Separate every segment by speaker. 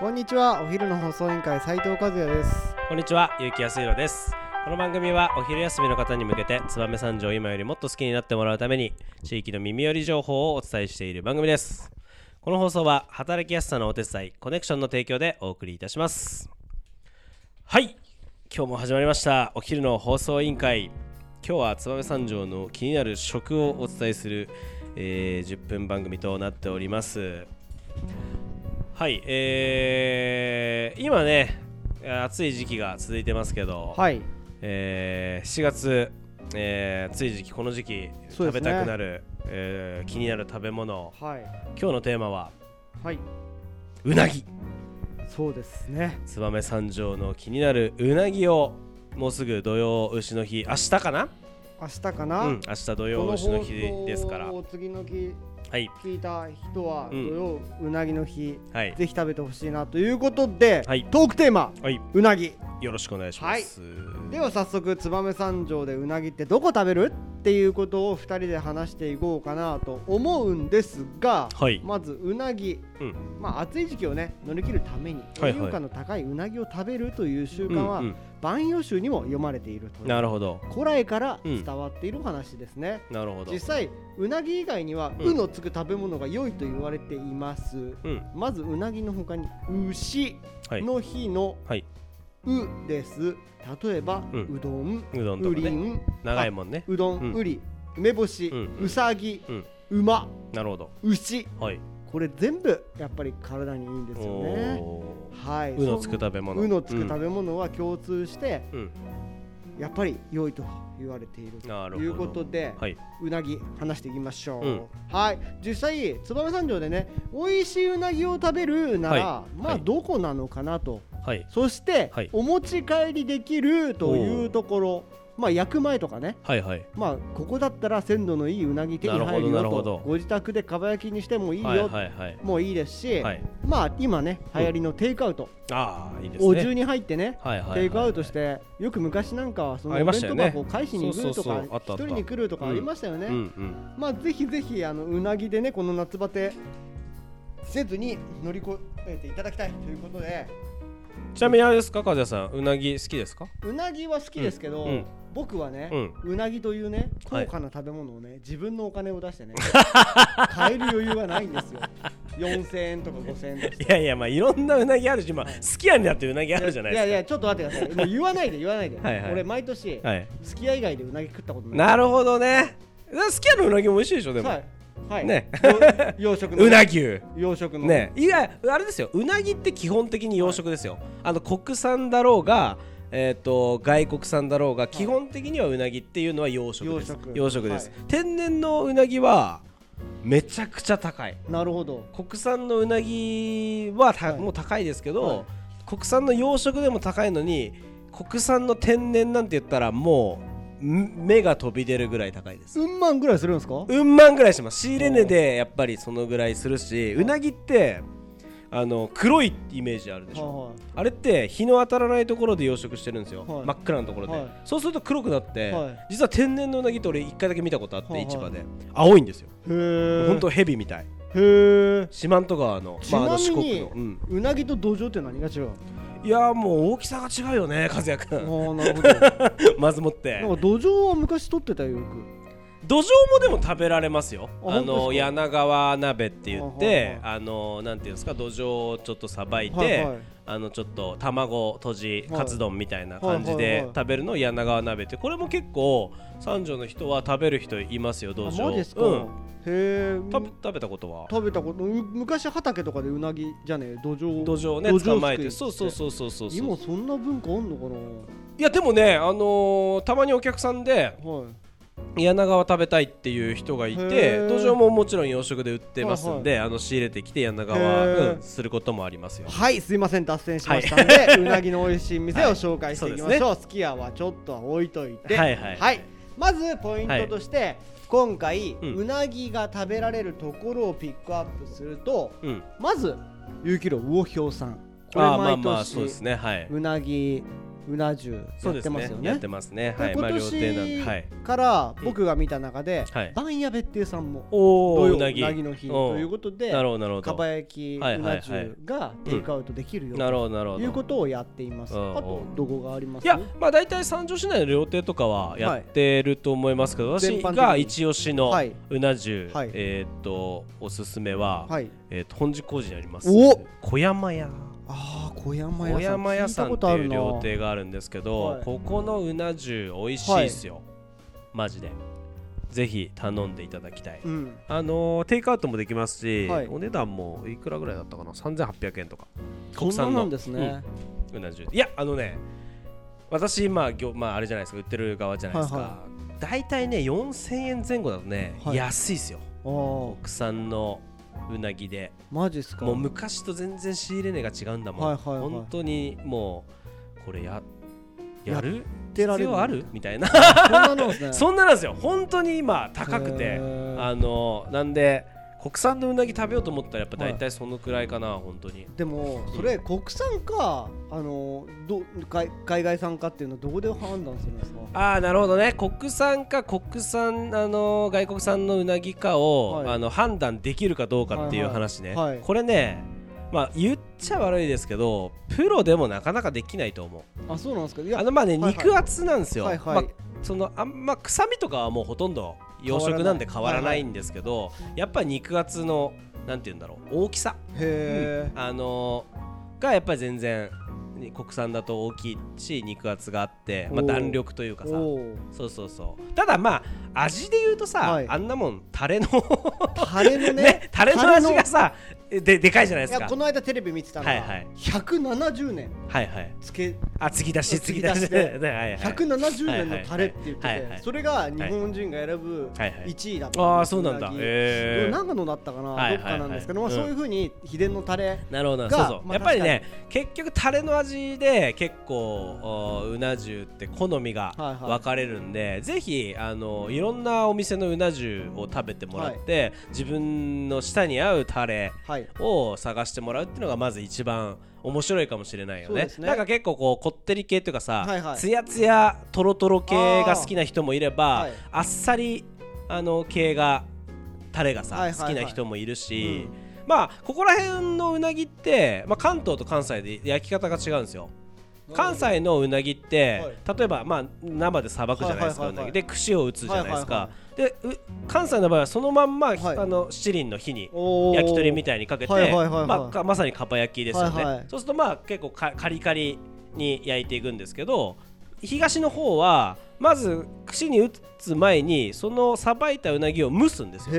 Speaker 1: こんにちはお昼の放送委員会斉藤和也です
Speaker 2: こんにちは、ゆうきやすいろです。この番組はお昼休みの方に向けて、燕三条を今よりもっと好きになってもらうために、地域の耳寄り情報をお伝えしている番組です。この放送は、働きやすさのお手伝い、コネクションの提供でお送りいたします。はい、今日も始まりました、お昼の放送委員会。今日は燕三条の気になる食をお伝えする、えー10分番組となっております。はい、えー、今ね、暑い時期が続いてますけど、
Speaker 1: はい
Speaker 2: えー7月、えー暑い時期、この時期、
Speaker 1: そうですね
Speaker 2: 食べたくなる、えー気になる食べ物、
Speaker 1: はい
Speaker 2: 今日のテーマは、
Speaker 1: はい、
Speaker 2: うなぎ。
Speaker 1: そうですね。
Speaker 2: 燕三条の気になるうなぎを、もうすぐ土曜牛の日、明日かな
Speaker 1: 明日か
Speaker 2: う
Speaker 1: な。
Speaker 2: ん、明日土曜牛の日ですから
Speaker 1: この放送。を次の日
Speaker 2: はい、
Speaker 1: 聞いた人は土
Speaker 2: うん
Speaker 1: 曜うなぎの日、
Speaker 2: はい、
Speaker 1: ぜひ食べてほしいなということで、
Speaker 2: はい
Speaker 1: トークテーマ
Speaker 2: はい、
Speaker 1: うなぎ。
Speaker 2: よろしくお願いします。
Speaker 1: では早速燕三条でうなぎってどこ食べるっていうことを2人で話していこうかなと思うんですが、
Speaker 2: はい
Speaker 1: まずうなぎ、
Speaker 2: うん
Speaker 1: まあ、暑い時期をね乗り切るために
Speaker 2: はいはい
Speaker 1: 栄養価の高いうなぎを食べるという習
Speaker 2: う
Speaker 1: 慣
Speaker 2: ん
Speaker 1: は
Speaker 2: うん
Speaker 1: 万葉集にも読まれているという
Speaker 2: なるほど、
Speaker 1: 古来から
Speaker 2: うん
Speaker 1: 伝わっているお話ですね、
Speaker 2: なるほど
Speaker 1: 実。際うなぎ以外には「
Speaker 2: うん
Speaker 1: う」のつく食べ物が良いと言われています、
Speaker 2: うん、
Speaker 1: まずうなぎの他に牛
Speaker 2: はい、
Speaker 1: の日の
Speaker 2: はい、
Speaker 1: 「う」です例えば、う
Speaker 2: うん
Speaker 1: どん
Speaker 2: うどんと
Speaker 1: う
Speaker 2: か
Speaker 1: り
Speaker 2: ね、
Speaker 1: ん
Speaker 2: 長いもんね。
Speaker 1: うどん、
Speaker 2: うん
Speaker 1: うり梅干し、う
Speaker 2: うん
Speaker 1: さぎ、
Speaker 2: うん
Speaker 1: 馬
Speaker 2: なるほど、
Speaker 1: 牛
Speaker 2: はい。
Speaker 1: これ全部やっぱり体にいいんですよね
Speaker 2: おー
Speaker 1: はいう
Speaker 2: のつく食べ物
Speaker 1: うのつく食べ物は共通して、
Speaker 2: うん
Speaker 1: やっぱり良いと言われていると
Speaker 2: なるほど
Speaker 1: いうことで、
Speaker 2: はいう
Speaker 1: なぎ話していきましょう、はい実際燕三条でね美味しいうなぎを食べるなら、
Speaker 2: は
Speaker 1: まあ
Speaker 2: はい
Speaker 1: どこなのかなと
Speaker 2: はい
Speaker 1: そして、
Speaker 2: はい
Speaker 1: お持ち帰りできるというところまあ焼く前とかね
Speaker 2: はいはい
Speaker 1: まあここだったら鮮度のいいうなぎ手に入る
Speaker 2: な
Speaker 1: よ
Speaker 2: るほどなる
Speaker 1: と
Speaker 2: ほど
Speaker 1: ご自宅でかば焼きにしてもいいよ、
Speaker 2: はいはいはい
Speaker 1: もういいですし、
Speaker 2: はい
Speaker 1: まあ今ね流行りのテイクアウト、
Speaker 2: ああいいですね
Speaker 1: お重に入ってね
Speaker 2: はいはいはい
Speaker 1: テイクアウトしてよく昔なんかはその
Speaker 2: あ
Speaker 1: お
Speaker 2: りま
Speaker 1: 弁
Speaker 2: した
Speaker 1: 当
Speaker 2: よね
Speaker 1: 箱を返しに来ると
Speaker 2: そ
Speaker 1: か
Speaker 2: うそうそうあった
Speaker 1: 一
Speaker 2: あった
Speaker 1: 人に来るとかありましたよね、
Speaker 2: うんうん
Speaker 1: まあぜひぜひあのうなぎでねこの夏バテせずに乗り越えていただきたいということで
Speaker 2: ちなみにあれですか和也さんうなぎ好き ですか
Speaker 1: うなぎは好きですけど、
Speaker 2: うんうん
Speaker 1: 僕はね、
Speaker 2: う
Speaker 1: うんなぎというね
Speaker 2: は
Speaker 1: 高
Speaker 2: い
Speaker 1: 価な食べ物をね、自分のお金を出して ね買える余裕はないんですよ4000円とか5000円出して
Speaker 2: いやいやまあいろんなうなぎあるしまあすき家にだってうなぎあるじゃないですか
Speaker 1: やいやちょっと待ってくださいもう言わないで言わないで
Speaker 2: はいはい
Speaker 1: 俺毎年、
Speaker 2: はい
Speaker 1: すき家以外でうなぎ食ったことない
Speaker 2: なるほどねだすき家のうなぎも美味しいでしょでも、
Speaker 1: はいはい
Speaker 2: ね
Speaker 1: よ 養殖の
Speaker 2: うなぎ
Speaker 1: 養殖の
Speaker 2: ねいやあれですようなぎって基本的に養殖ですよ、あの国産だろうがえー、と外国産だろうが基本的にはうなぎっていうのは養殖です
Speaker 1: 養殖
Speaker 2: です、
Speaker 1: は
Speaker 2: 天然のうなぎはめちゃくちゃ高い
Speaker 1: なるほど
Speaker 2: 国産のうなぎはた、
Speaker 1: はい
Speaker 2: もう高いですけど、
Speaker 1: はい
Speaker 2: 国産の養殖でも高いのに国産の天然なんて言ったらもうん目が飛び出るぐらい高いです
Speaker 1: うんまんぐらいするんですか
Speaker 2: うんまんぐらいします仕入れ値でやっぱりそのぐらいするしうなぎってあの黒いイメージあるでしょ
Speaker 1: は
Speaker 2: あれって日の当たらないところで養殖してるんですよ、
Speaker 1: はい
Speaker 2: 真っ暗なところで、
Speaker 1: はい
Speaker 2: そうすると黒くなって、
Speaker 1: はい
Speaker 2: 実は天然のうなぎって俺一回だけ見たことあって、
Speaker 1: はいはい
Speaker 2: 市場で青いんですよ
Speaker 1: いはいへえ
Speaker 2: ほんとヘビみた
Speaker 1: へ
Speaker 2: い
Speaker 1: え
Speaker 2: 四万十川の,、
Speaker 1: ち
Speaker 2: まあ、あ
Speaker 1: な
Speaker 2: の
Speaker 1: み
Speaker 2: 四
Speaker 1: に
Speaker 2: 国の、うん、
Speaker 1: うなぎと土壌って何が違うの
Speaker 2: いやーもう大きさが違うよね和也
Speaker 1: あ
Speaker 2: 君
Speaker 1: ーなるほ どなんか
Speaker 2: まずもって
Speaker 1: 土壌は昔取ってたよよく
Speaker 2: 土壌もでも食べられますよ
Speaker 1: あ
Speaker 2: あ
Speaker 1: 本当
Speaker 2: の
Speaker 1: ですか
Speaker 2: 柳川鍋って言っ
Speaker 1: はいはい
Speaker 2: てあのなんていうんですか土壌をちょっとさばいて、
Speaker 1: はいはい
Speaker 2: あのちょっと卵とじ
Speaker 1: はい
Speaker 2: カツ丼みたいな感
Speaker 1: は
Speaker 2: じ
Speaker 1: いはい
Speaker 2: で
Speaker 1: はい
Speaker 2: 食べるのを柳川鍋ってこれも結構三条の人は食べる人いますよ土
Speaker 1: あ
Speaker 2: 壌
Speaker 1: マジですか、
Speaker 2: うん、
Speaker 1: へえ
Speaker 2: 食べ食べたことは
Speaker 1: 食べたことう昔畑とかでうなぎじゃねえ土壌
Speaker 2: 土壌をね
Speaker 1: 土壌すくい
Speaker 2: 捕まえ
Speaker 1: って
Speaker 2: てそうそうそうそうそう
Speaker 1: 今そんな文化あんのか
Speaker 2: いやでもねあのーたまにお客さんで
Speaker 1: なはい
Speaker 2: 柳川食べたいっていう人がい
Speaker 1: へ
Speaker 2: て
Speaker 1: ー
Speaker 2: 土壌ももちろん養殖で売ってますんで、あの仕入れてきて柳川、
Speaker 1: へー
Speaker 2: うんすることもありますよ
Speaker 1: はいすいません脱線しましたので、うなぎの美味しい店を紹介していき ましょう,、すき家はちょっとは置いといて
Speaker 2: はいはい
Speaker 1: まずポイントとして、今回、う
Speaker 2: うん
Speaker 1: なぎが食べられるところをピックアップすると
Speaker 2: うん
Speaker 1: まず有機楼魚氷さんこれ
Speaker 2: あーまあ
Speaker 1: 毎
Speaker 2: まあそうで
Speaker 1: 年
Speaker 2: すねはいう
Speaker 1: なぎうな重や
Speaker 2: そう
Speaker 1: って
Speaker 2: です
Speaker 1: ますよ
Speaker 2: ね。やっ
Speaker 1: ね
Speaker 2: て。ますね。は
Speaker 1: で
Speaker 2: い。まあ
Speaker 1: 今
Speaker 2: 料亭なんで。はい
Speaker 1: 年。から僕が見た中で
Speaker 2: うんはい
Speaker 1: 番屋別邸さんも
Speaker 2: お
Speaker 1: 土
Speaker 2: お
Speaker 1: 曜
Speaker 2: うなぎ。
Speaker 1: うなぎの日ということ
Speaker 2: うん
Speaker 1: で
Speaker 2: なるほどなるほ
Speaker 1: か
Speaker 2: ど。
Speaker 1: ば焼きう
Speaker 2: はいはいはい
Speaker 1: な重がテイクアウトできるよ
Speaker 2: なるほどなるほ
Speaker 1: と
Speaker 2: ど。
Speaker 1: いうことをやっています。あ
Speaker 2: うん
Speaker 1: とどこがあります
Speaker 2: いやまあ大体三条市内の料亭とかはやってると思いますけど、私
Speaker 1: 全般的に
Speaker 2: が一押しの
Speaker 1: はい。
Speaker 2: うな重、
Speaker 1: はい
Speaker 2: えーっとおすすめは、
Speaker 1: はい。
Speaker 2: えーっと本地工事にあります
Speaker 1: お
Speaker 2: 小山屋
Speaker 1: ああ小山屋さん。
Speaker 2: 小山屋さ
Speaker 1: 聞
Speaker 2: ん
Speaker 1: いこ
Speaker 2: ったて
Speaker 1: とあ
Speaker 2: い
Speaker 1: る
Speaker 2: う
Speaker 1: な
Speaker 2: 料亭があるんですけど、
Speaker 1: はい
Speaker 2: ここのうな重美味しいですよ、マジでぜひ頼んでいただきたい、
Speaker 1: うん。
Speaker 2: あのーテイクアウトもできますし、
Speaker 1: はい
Speaker 2: お値段もいくらぐらいだったかな3800円とか
Speaker 1: そ
Speaker 2: 国
Speaker 1: んな
Speaker 2: 産の
Speaker 1: なんですね。
Speaker 2: うな重いやあのね私今ぎょ、まあ、あれじゃないですか売ってる側じゃないです
Speaker 1: はい
Speaker 2: か、だいたいね4000円前後だとね、
Speaker 1: はい
Speaker 2: 安いですよ
Speaker 1: ああ
Speaker 2: 国産のうなぎで
Speaker 1: マジっすか。
Speaker 2: もう昔と全然仕入れ値が違うんだもん、
Speaker 1: はいはいはい
Speaker 2: 本当にもうこれややる
Speaker 1: てられる
Speaker 2: 必要あるみたいな、
Speaker 1: そんなのですね。
Speaker 2: そんななんですよ本当に今高く
Speaker 1: へ
Speaker 2: て
Speaker 1: ー
Speaker 2: あのなんで国産のうなぎ食べようと思ったらやっぱ大体そのくらいかな、本当に
Speaker 1: でもそれ国産かあのど海海外産かっていうのはどこで判断するんですか。
Speaker 2: ああなるほどね国産か国産あのー外国産のうなぎかを、
Speaker 1: はい
Speaker 2: あの判断できるかどうかっていう話ね、
Speaker 1: はいはいはい
Speaker 2: これねまあ言っちゃ悪いですけどプロでもなかなかできないと思う
Speaker 1: あそうなんですか。い
Speaker 2: あ
Speaker 1: や
Speaker 2: のまあね、
Speaker 1: はいはい
Speaker 2: 肉厚なんですよ、
Speaker 1: はいはい
Speaker 2: まあ、そのあんま臭みとかはもうほとんど養殖なんで変わらないんですけど、やっぱり肉厚のなんて言うんだろう大きさ
Speaker 1: へえ。
Speaker 2: あのーがやっぱり全然に国産だと大きいし肉厚があって、ま
Speaker 1: お
Speaker 2: あ、
Speaker 1: ー
Speaker 2: 弾力というかさ
Speaker 1: おお。
Speaker 2: そうそうそうただまあ味で言うとさ、
Speaker 1: はい
Speaker 2: あんなもんタレの
Speaker 1: タレの
Speaker 2: ね
Speaker 1: ね。
Speaker 2: タレの味がさででかいじゃない
Speaker 1: い
Speaker 2: ですか
Speaker 1: やこの間テレビ見てた
Speaker 2: はい
Speaker 1: ら
Speaker 2: はい
Speaker 1: 170年
Speaker 2: はいはい
Speaker 1: つけ
Speaker 2: あ継ぎ出し
Speaker 1: 継
Speaker 2: 継
Speaker 1: ぎ
Speaker 2: ぎ
Speaker 1: 出
Speaker 2: 出
Speaker 1: し
Speaker 2: し
Speaker 1: で
Speaker 2: でね はいはい
Speaker 1: 170年のタレって言って
Speaker 2: はいはいはいはい
Speaker 1: てそれが日本人が選ぶ
Speaker 2: はいはい
Speaker 1: 1位だった
Speaker 2: ああ
Speaker 1: です
Speaker 2: そうなんだ
Speaker 1: うなぎ
Speaker 2: へえ
Speaker 1: 長野だったかな
Speaker 2: は
Speaker 1: ど
Speaker 2: い
Speaker 1: っかなんですけどま
Speaker 2: は
Speaker 1: あ
Speaker 2: いはい
Speaker 1: そういうふうに秘伝のタレ
Speaker 2: なるほどな
Speaker 1: が
Speaker 2: そうそう、
Speaker 1: まあ
Speaker 2: やっぱりね結局タレの味で結構おーうな重って好みが
Speaker 1: はいはい
Speaker 2: 分かれるんで、ぜひあのいろんなお店のうな重を食べてもらって、自分の舌に合うタレ
Speaker 1: はい
Speaker 2: を探してもらうっていうのがまず一番面白いかもしれないよ
Speaker 1: そう
Speaker 2: ね
Speaker 1: ですね
Speaker 2: なんか結構こうこってり系というかさ、
Speaker 1: はいはい
Speaker 2: ツヤツヤトロトロ系が好きな人もいればあ,、
Speaker 1: あーはい
Speaker 2: っさりあの系がタレがさ、
Speaker 1: はいはいはい
Speaker 2: 好きな人もいるし、
Speaker 1: うん
Speaker 2: まあここら辺のうなぎって、まあ、関東と関西で焼き方が違うんですよ関西のうなぎって、例えば、まあ、生でさばくじゃないですか、
Speaker 1: はいはいはいはいう
Speaker 2: なぎで串を打つじゃないですか、
Speaker 1: は
Speaker 2: でう関西の場合はそのまんま、
Speaker 1: はい
Speaker 2: あの七輪の火に
Speaker 1: おー
Speaker 2: 焼き鳥みたいにかけて、
Speaker 1: はいはいはいはい
Speaker 2: まあか、まさにかば焼きですよね、
Speaker 1: はいはい
Speaker 2: そうするとまあ結構かカリカリに焼いていくんですけど東の方はまず串に打つ前にそのさばいたうなぎを蒸すんですよ
Speaker 1: へ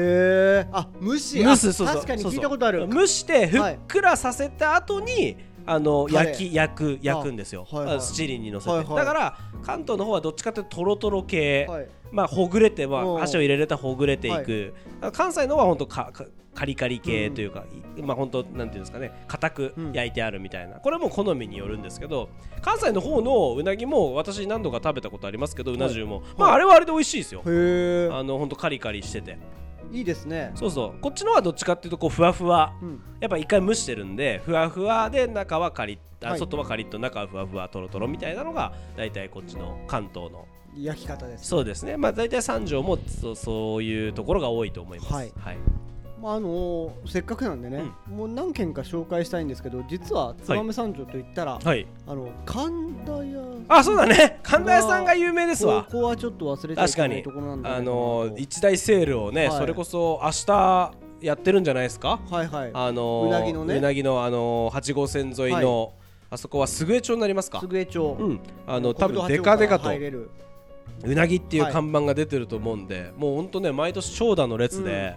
Speaker 1: えあ蒸し
Speaker 2: 蒸すそうそう
Speaker 1: 確かに
Speaker 2: そう
Speaker 1: 聞
Speaker 2: そう
Speaker 1: いたことある
Speaker 2: 蒸してふっくらさせた後に、あの
Speaker 1: タレ
Speaker 2: 焼き焼く焼くんですよ、
Speaker 1: はいはい
Speaker 2: あ七輪に乗せて、
Speaker 1: はいはい
Speaker 2: だから関東の方はどっちかというとトロトロ系、
Speaker 1: はい
Speaker 2: まあほぐれて、ま
Speaker 1: おう
Speaker 2: あ、足を入れれたらほぐれていく、関西の方は本当かかカリカリ系というか、いまあ本当なんていうんですかね硬く
Speaker 1: うん
Speaker 2: 焼いてあるみたいな、これはもう好みによるんですけど関西の方のうなぎも私何度か食べたことありますけどうな重も、まああれはあれで美味しいですよ、
Speaker 1: へえ
Speaker 2: あの本当カリカリしてて
Speaker 1: いいですね
Speaker 2: そうそうこっちのはどっちかっていうとこうふわふわ
Speaker 1: うん
Speaker 2: やっぱ一回蒸してるんでふわふわで中はカリッあ
Speaker 1: はい
Speaker 2: 外はカリッと中はふわふわとろとろみたいなのが大体こっちの関東の
Speaker 1: 焼き方です
Speaker 2: そうですねまあ大体三条もそそういうところが多いと思います
Speaker 1: はい
Speaker 2: はい、
Speaker 1: まああのーせっかくなんでねもう何軒か紹介したいんですけど実は燕三条といったら
Speaker 2: はい
Speaker 1: あの神田屋
Speaker 2: あそうだね神田屋さんが有名ですわ
Speaker 1: ここはちょっと忘れちゃいけないところなんだ
Speaker 2: あ
Speaker 1: け
Speaker 2: の
Speaker 1: ど
Speaker 2: ー一大セールをね、
Speaker 1: はい
Speaker 2: それこそ明日やってるんじゃないですか
Speaker 1: はいはい
Speaker 2: あのー
Speaker 1: うなぎのね
Speaker 2: うなぎのあのー八号線沿いの、あそこはすぐえ町になりますか
Speaker 1: つぐえ町
Speaker 2: うんあ
Speaker 1: あ
Speaker 2: の多分デカデカと
Speaker 1: 入れる
Speaker 2: うなぎっていう
Speaker 1: はい
Speaker 2: 看板が出てると思うんで、もうほんとね毎年長蛇の列で、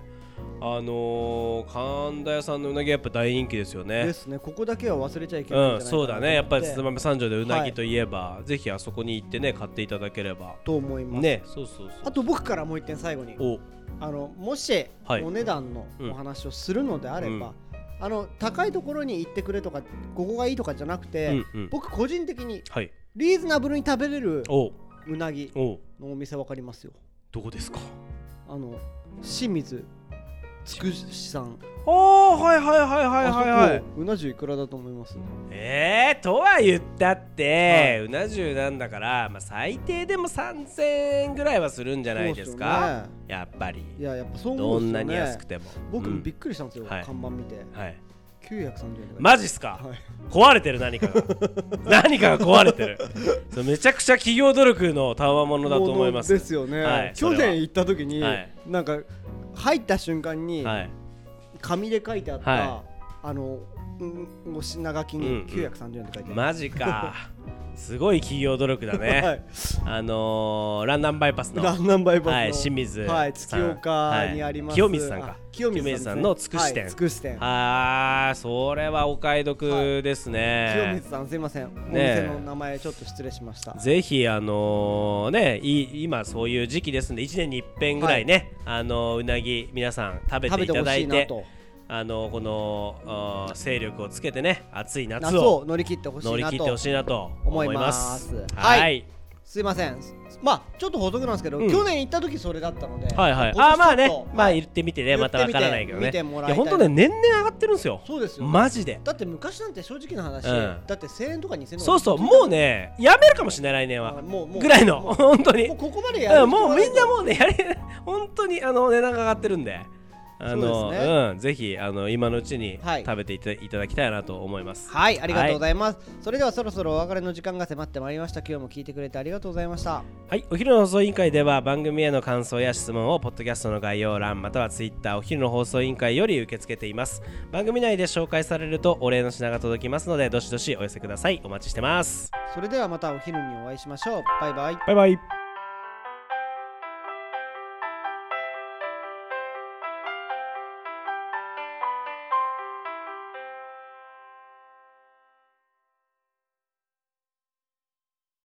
Speaker 2: あのー、神田屋さんのうなぎやっぱ大人気ですよ
Speaker 1: で
Speaker 2: ね
Speaker 1: すねここだけは忘れちゃいけないんじゃない
Speaker 2: う
Speaker 1: かなん
Speaker 2: そうだねやっぱり
Speaker 1: と思
Speaker 2: 燕三条でうなぎといえば、ぜひあそこに行ってね買っていただければ
Speaker 1: と思います
Speaker 2: ねそうそうそ
Speaker 1: あ
Speaker 2: う
Speaker 1: と僕からもう一点最後に
Speaker 2: お
Speaker 1: あのもし
Speaker 2: はい
Speaker 1: お値段のお話をするのであれば、あの高いところに行ってくれとかここがいいとかじゃなくて、
Speaker 2: うんうん
Speaker 1: 僕個人的に
Speaker 2: はい
Speaker 1: リーズナブルに食べれる
Speaker 2: お
Speaker 1: うなぎ
Speaker 2: お
Speaker 1: のお店わかりますよ
Speaker 2: どこですか
Speaker 1: あの清水つくしさん
Speaker 2: ああはいはいはいはいはいは
Speaker 1: あ
Speaker 2: い
Speaker 1: そこうな重いくらだと思います
Speaker 2: えー、とは言ったって、うな重なんだから、まあ、最低でも3000円ぐらいはするんじゃないです
Speaker 1: そう
Speaker 2: か
Speaker 1: っすよね
Speaker 2: やっぱり
Speaker 1: いややっぱそう思
Speaker 2: ど
Speaker 1: うん
Speaker 2: ん
Speaker 1: です
Speaker 2: な
Speaker 1: よね
Speaker 2: に安くても
Speaker 1: 僕
Speaker 2: う
Speaker 1: も
Speaker 2: ん
Speaker 1: びっくりしたんですよ、
Speaker 2: はい
Speaker 1: 看板見て
Speaker 2: はい、
Speaker 1: 930円
Speaker 2: マジっすか、
Speaker 1: はい
Speaker 2: 壊れてる何か が何かが壊れてるそうめちゃくちゃ企業努力のたわものだと思います
Speaker 1: ものですよね、
Speaker 2: はい
Speaker 1: 去年行った時に、
Speaker 2: はい
Speaker 1: なんか入った瞬間に
Speaker 2: はい
Speaker 1: 紙で書いてあった、
Speaker 2: は
Speaker 1: あの、うん、お品書き
Speaker 2: うんう
Speaker 1: に
Speaker 2: ん
Speaker 1: 930円って書いてある、
Speaker 2: マジかすごい企業努力だね、
Speaker 1: はい、
Speaker 2: あのー、ランナンバイパスの
Speaker 1: ランナンバイバスの、
Speaker 2: はい清水
Speaker 1: はい、
Speaker 2: さん
Speaker 1: 月岡にあります、
Speaker 2: はい清水さんか
Speaker 1: あ清水さん,、
Speaker 2: 清水さんのつくし店
Speaker 1: はい、つくし店
Speaker 2: あーそれはお買い得です
Speaker 1: 清
Speaker 2: ね、
Speaker 1: 水さんすいません、お
Speaker 2: ね
Speaker 1: 店の名前ちょっと失礼しました
Speaker 2: ぜひあのーねい今そういう時期ですんで1年に一遍ぐらいね、あのーうなぎ皆さん食べ
Speaker 1: 食べ
Speaker 2: てい
Speaker 1: て
Speaker 2: た
Speaker 1: ほ
Speaker 2: だ
Speaker 1: しい
Speaker 2: い
Speaker 1: な
Speaker 2: て
Speaker 1: と
Speaker 2: あのーこのあー勢力をつけてね暑い夏
Speaker 1: 夏
Speaker 2: を
Speaker 1: を乗り切ってほし
Speaker 2: 乗
Speaker 1: い
Speaker 2: り
Speaker 1: な
Speaker 2: 切ってほ
Speaker 1: と
Speaker 2: しいなと思
Speaker 1: 思
Speaker 2: い
Speaker 1: い
Speaker 2: ま
Speaker 1: ますす
Speaker 2: はい、
Speaker 1: はいすいませんまあちょっと補足なんですけど、
Speaker 2: うん
Speaker 1: 去年行った時それだったので、
Speaker 2: はいは
Speaker 1: 今年ちょ
Speaker 2: い
Speaker 1: っと
Speaker 2: あーまあねまあ
Speaker 1: はい
Speaker 2: 言ってみてねまたわからないけど
Speaker 1: 言
Speaker 2: ね
Speaker 1: ってみて見てもらいたい
Speaker 2: や本当ね年々上がってるんですよ
Speaker 1: そうですよ、
Speaker 2: マジで
Speaker 1: だって昔なんて正直な話、
Speaker 2: うん
Speaker 1: だって1000円とか2000円とか
Speaker 2: そうそうもうねやめるかもしれない来年
Speaker 1: あ
Speaker 2: は
Speaker 1: もうもう
Speaker 2: ぐらいの
Speaker 1: もう
Speaker 2: 本当に
Speaker 1: もうここまでやる
Speaker 2: うん
Speaker 1: 必要
Speaker 2: も
Speaker 1: はな
Speaker 2: うみ
Speaker 1: い
Speaker 2: ん
Speaker 1: と
Speaker 2: なもうねやれ 本当にあの値段が上がってるんであ
Speaker 1: そ
Speaker 2: の
Speaker 1: うですね
Speaker 2: うんぜひあの今のうちに
Speaker 1: はい
Speaker 2: 食べていた,、い、ただきたいなと思います
Speaker 1: はいありがとうございます、それではそろそろお別れの時間が迫ってまいりました今日も聞いてくれてありがとうございました
Speaker 2: はい、お昼の放送委員会では番組への感想や質問をポッドキャストの概要欄またはツイッターお昼の放送委員会より受け付けています番組内で紹介されるとお礼の品が届きますのでどしどしお寄せくださいお待ちしてます
Speaker 1: それではまたお昼にお会いしましょうバイバイ
Speaker 2: バイバイ